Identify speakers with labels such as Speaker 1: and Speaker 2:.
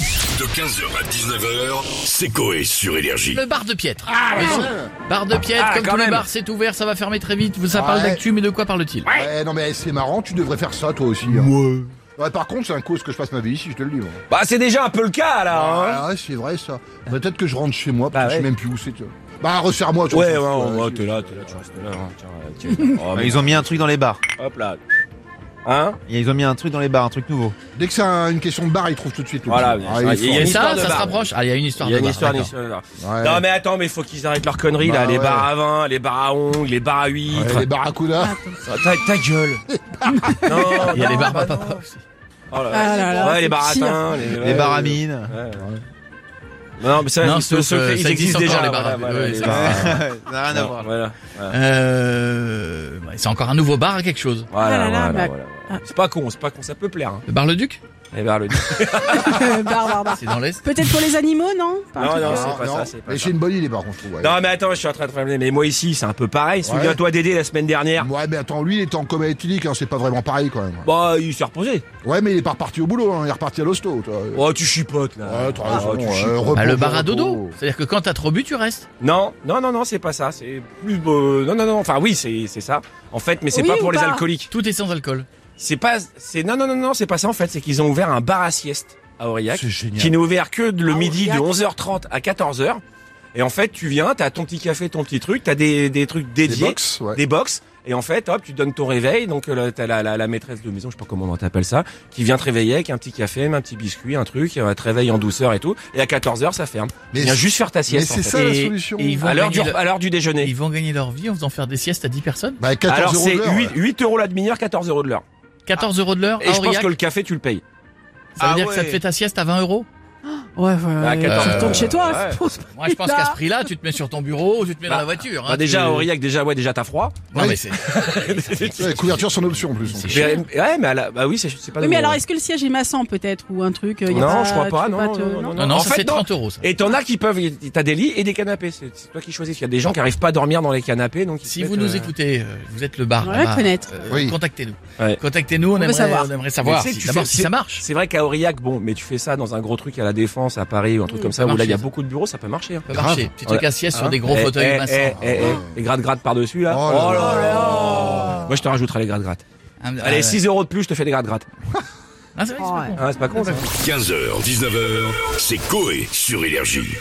Speaker 1: De 15h à 19h, c'est Coé sur Énergie.
Speaker 2: Le bar de Piètre. Le son. Bar de Piètre,
Speaker 3: Ah,
Speaker 2: comme
Speaker 3: quand
Speaker 2: tous les
Speaker 3: même.
Speaker 2: bars, c'est ouvert, ça va fermer très vite. Ça parle
Speaker 4: Ouais.
Speaker 2: d'actu, mais de quoi parle-t-il
Speaker 4: Ouais, non mais c'est marrant, tu devrais faire ça toi aussi. hein. Ouais, par contre, c'est un cause que je passe ma vie ici, je te le dis. moi.
Speaker 3: Bah c'est déjà un peu le cas là. hein.
Speaker 4: Ah ouais, c'est vrai ça. Peut-être que je rentre chez moi, parce
Speaker 3: Bah
Speaker 4: que je sais
Speaker 3: ouais.
Speaker 4: même plus où c'est. tu vois. Bah resserre-moi, tu
Speaker 3: Ouais, ouais,
Speaker 4: vois.
Speaker 3: ouais, ouais,
Speaker 4: si.
Speaker 3: t'es là, t'es là, tu restes là. hein, tiens, euh, tiens. Oh, mais-
Speaker 5: Ils ont mis un truc dans les bars.
Speaker 3: hop là. Hein
Speaker 5: Ils ont mis un truc dans les bars, un truc nouveau.
Speaker 4: Dès que c'est un- une question de bar, ils trouvent tout de suite. le
Speaker 3: Voilà,
Speaker 4: truc.
Speaker 3: bien
Speaker 4: Ah,
Speaker 3: sûr.
Speaker 4: ils sont-
Speaker 3: Il y a
Speaker 2: Et
Speaker 3: une
Speaker 2: ça,
Speaker 3: histoire de
Speaker 2: ça se
Speaker 3: bar.
Speaker 2: rapproche Ah, il y a une histoire
Speaker 3: Il y a
Speaker 2: de
Speaker 3: une
Speaker 2: bar,
Speaker 3: histoire
Speaker 2: d'accord.
Speaker 3: non, non.
Speaker 4: Ouais.
Speaker 3: Non mais attends, mais faut qu'ils arrêtent leurs conneries là,
Speaker 4: Bah
Speaker 3: les
Speaker 4: ouais.
Speaker 3: bars à vin, les bars à ongles, les bars à
Speaker 4: Ouais,
Speaker 3: huîtres.
Speaker 4: les barracudas.
Speaker 3: Ah, ta, ta gueule. non,
Speaker 2: Il y a
Speaker 3: non,
Speaker 2: les bars
Speaker 3: bah
Speaker 2: à
Speaker 3: non.
Speaker 2: papa aussi.
Speaker 3: Oh là là.
Speaker 6: Ah là là,
Speaker 3: ouais, les
Speaker 6: c'est
Speaker 3: baratins, les,
Speaker 5: les
Speaker 3: ouais,
Speaker 5: bars à
Speaker 3: ouais.
Speaker 5: mine.
Speaker 3: Ouais, ouais. Non, mais ça,
Speaker 2: Non,
Speaker 3: le
Speaker 2: sauf,
Speaker 3: secret,
Speaker 2: euh,
Speaker 3: ils
Speaker 2: ça existe
Speaker 3: existent déjà
Speaker 2: encore, les
Speaker 3: voilà,
Speaker 2: bars à
Speaker 3: voilà,
Speaker 2: vin.
Speaker 3: les
Speaker 2: Ouais,
Speaker 3: bars.
Speaker 5: Ça n'a rien à voir.
Speaker 3: Voilà. voilà.
Speaker 2: Euh, ouais, c'est encore un nouveau bar, quelque chose.
Speaker 3: Voilà,
Speaker 6: Ah là là,
Speaker 3: voilà,
Speaker 6: bah-
Speaker 3: voilà, voilà. C'est pas con, c'est pas con, ça peut plaire. Hein.
Speaker 2: Le bar Le Duc
Speaker 3: Les bars le
Speaker 6: Euh, bar, bar, bar.
Speaker 2: C'est dans l'Est
Speaker 6: Peut-être pour les animaux, non Par
Speaker 3: Non,
Speaker 6: contre,
Speaker 3: non,
Speaker 6: euh,
Speaker 3: c'est pas
Speaker 4: Non,
Speaker 3: ça, c'est pas
Speaker 4: mais
Speaker 3: ça.
Speaker 4: c'est une bonne idée par contre. Ouais.
Speaker 3: Non mais attends, je suis en train de travailler, mais moi ici c'est un peu pareil. Souviens-toi d'aider la semaine dernière.
Speaker 4: Ouais, mais attends, lui il était en coma éthylique, hein, c'est pas vraiment pareil quand même.
Speaker 3: Bah il s'est reposé.
Speaker 4: Ouais, mais il est pas reparti au boulot, hein, il est reparti à l'hosto. toi. Ouais,
Speaker 3: Oh tu chipotes là.
Speaker 4: t'as raison,
Speaker 3: Oh, tu
Speaker 4: ouais,
Speaker 3: chipotes.
Speaker 4: repos,
Speaker 2: Bah, le bar à
Speaker 4: repos.
Speaker 3: Oh,
Speaker 2: dodo. C'est-à-dire que quand t'as trop bu, tu restes.
Speaker 3: Non, non, non, non, c'est pas ça. C'est plus beau. Non, non, non. Enfin oui, c'est c'est ça. En fait, mais c'est
Speaker 6: Oui
Speaker 3: pas
Speaker 6: ou
Speaker 3: pour les
Speaker 6: pas
Speaker 3: alcooliques.
Speaker 2: Tout est sans alcool.
Speaker 3: C'est pas. C'est non, non, non, non. C'est pas ça en fait. C'est qu'ils ont ouvert un bar à sieste à Aurillac,
Speaker 4: C'est génial.
Speaker 3: qui n'est ouvert que le
Speaker 6: Ah,
Speaker 3: midi de
Speaker 6: Aurillac.
Speaker 3: 11h30 à 14h. Et en fait, tu viens, t'as ton petit café, ton petit truc, t'as des des trucs
Speaker 4: Des
Speaker 3: dédiés.
Speaker 4: box, ouais.
Speaker 3: des box. Et en fait, hop, tu donnes ton réveil. Donc, euh, le- t'as la, la, la maîtresse de maison, je sais pas comment on t'appelle ça, qui vient te réveiller avec un petit café, un petit biscuit, un truc, euh, elle te réveille en douceur et tout. Et à 14h, ça ferme.
Speaker 4: Mais
Speaker 3: tu viens
Speaker 4: c'est-
Speaker 3: juste faire ta
Speaker 4: Mais
Speaker 3: sieste. en
Speaker 4: c'est
Speaker 3: fait.
Speaker 4: ça la
Speaker 2: Et-
Speaker 4: solution.
Speaker 2: et ils vont
Speaker 3: À l'heure du,
Speaker 2: gagner le-
Speaker 3: à l'heure du déjeuner.
Speaker 2: Ils vont gagner leur vie en faisant faire des siestes à 10 personnes.
Speaker 4: Bah, 14
Speaker 3: Alors,
Speaker 4: euros
Speaker 3: c'est
Speaker 4: de l'heure,
Speaker 3: 8,
Speaker 4: ouais.
Speaker 3: 8 euros la demi-heure, 14 euros de l'heure.
Speaker 2: 14 euros de l'heure
Speaker 3: Et
Speaker 2: à
Speaker 3: je pense
Speaker 2: Aurillac.
Speaker 3: que le café, tu le payes.
Speaker 2: Ça veut
Speaker 5: Ah
Speaker 2: dire que ça te
Speaker 5: ouais.
Speaker 2: fait ta sieste à 20 euros
Speaker 6: Ouais, ouais,
Speaker 3: Ah,
Speaker 6: ouais,
Speaker 3: quatorze,
Speaker 6: tu retournes
Speaker 3: euh,
Speaker 6: chez toi.
Speaker 3: ouais.
Speaker 6: je pense.
Speaker 2: Moi, je pense
Speaker 6: Là.
Speaker 2: qu'à ce prix-là, tu te mets sur ton bureau ou tu te mets dans
Speaker 3: Bah,
Speaker 2: la voiture. hein,
Speaker 3: Bah, déjà,
Speaker 2: tu-
Speaker 3: à Aurillac, déjà, ouais, déjà, t'as froid.
Speaker 2: Non,
Speaker 4: Oui.
Speaker 2: mais c'est.
Speaker 4: Ouais, couverture sans option en plus.
Speaker 2: C'est
Speaker 4: donc.
Speaker 2: chiant.
Speaker 3: Mais, ouais, mais à la- bah oui, c'est c'est pas
Speaker 6: Oui,
Speaker 3: nouveau,
Speaker 6: mais alors,
Speaker 3: ouais.
Speaker 6: est-ce que le siège est massant, peut-être Ou un truc euh, y a
Speaker 3: Non, je crois
Speaker 6: tu
Speaker 3: pas,
Speaker 6: peux
Speaker 3: non,
Speaker 6: te-
Speaker 3: non, non,
Speaker 2: Non,
Speaker 3: En
Speaker 2: non, ça
Speaker 3: fait,
Speaker 2: c'est
Speaker 3: non.
Speaker 2: 30 euros, ça.
Speaker 3: Et t'en as qui peuvent, t'as des lits et des canapés. C'est c'est toi qui choisis. Il y a des gens qui arrivent pas à dormir dans les canapés, donc ils
Speaker 2: Si
Speaker 3: se
Speaker 2: vous
Speaker 3: mettent,
Speaker 2: nous
Speaker 3: euh,
Speaker 2: écoutez, euh, vous êtes le bar.
Speaker 6: On va
Speaker 2: là-bas,
Speaker 6: connaître.
Speaker 2: euh,
Speaker 4: Oui.
Speaker 2: Contactez-nous.
Speaker 3: Ouais.
Speaker 2: Contactez-nous, on,
Speaker 6: veut
Speaker 2: aimerait
Speaker 6: savoir.
Speaker 2: on aimerais savoir
Speaker 3: Mais tu sais,
Speaker 2: si,
Speaker 3: tu
Speaker 2: d'abord
Speaker 3: fais-
Speaker 2: si ça marche.
Speaker 3: C'est vrai qu'à Aurillac, bon, mais tu fais ça dans un gros truc à la Défense, à Paris ou un truc
Speaker 6: Mmh,
Speaker 3: comme ça,
Speaker 2: ça
Speaker 3: où là il y a
Speaker 2: marche,
Speaker 3: beaucoup de bureaux, ça peut marcher. hein.
Speaker 2: Ça peut marcher. Petit truc
Speaker 3: Ouais.
Speaker 2: à sieste
Speaker 3: Hein
Speaker 2: sur des gros
Speaker 3: Eh, eh,
Speaker 2: fauteuils
Speaker 3: eh,
Speaker 2: massants.
Speaker 3: eh, eh, Les gratte-gratte par-dessus là.
Speaker 4: Oh là là.
Speaker 3: Moi je te rajouterai les gratte-gratte.
Speaker 2: Ah, ah,
Speaker 3: Allez,
Speaker 2: ouais.
Speaker 3: 6 euros de plus, je te fais des gratte-gratte.
Speaker 2: Ah, c'est vrai, c'est pas
Speaker 6: Oh, Ouais.
Speaker 2: con.
Speaker 3: Hein, c'est pas con ça.
Speaker 1: 15h, 19h, c'est Coé sur Énergie.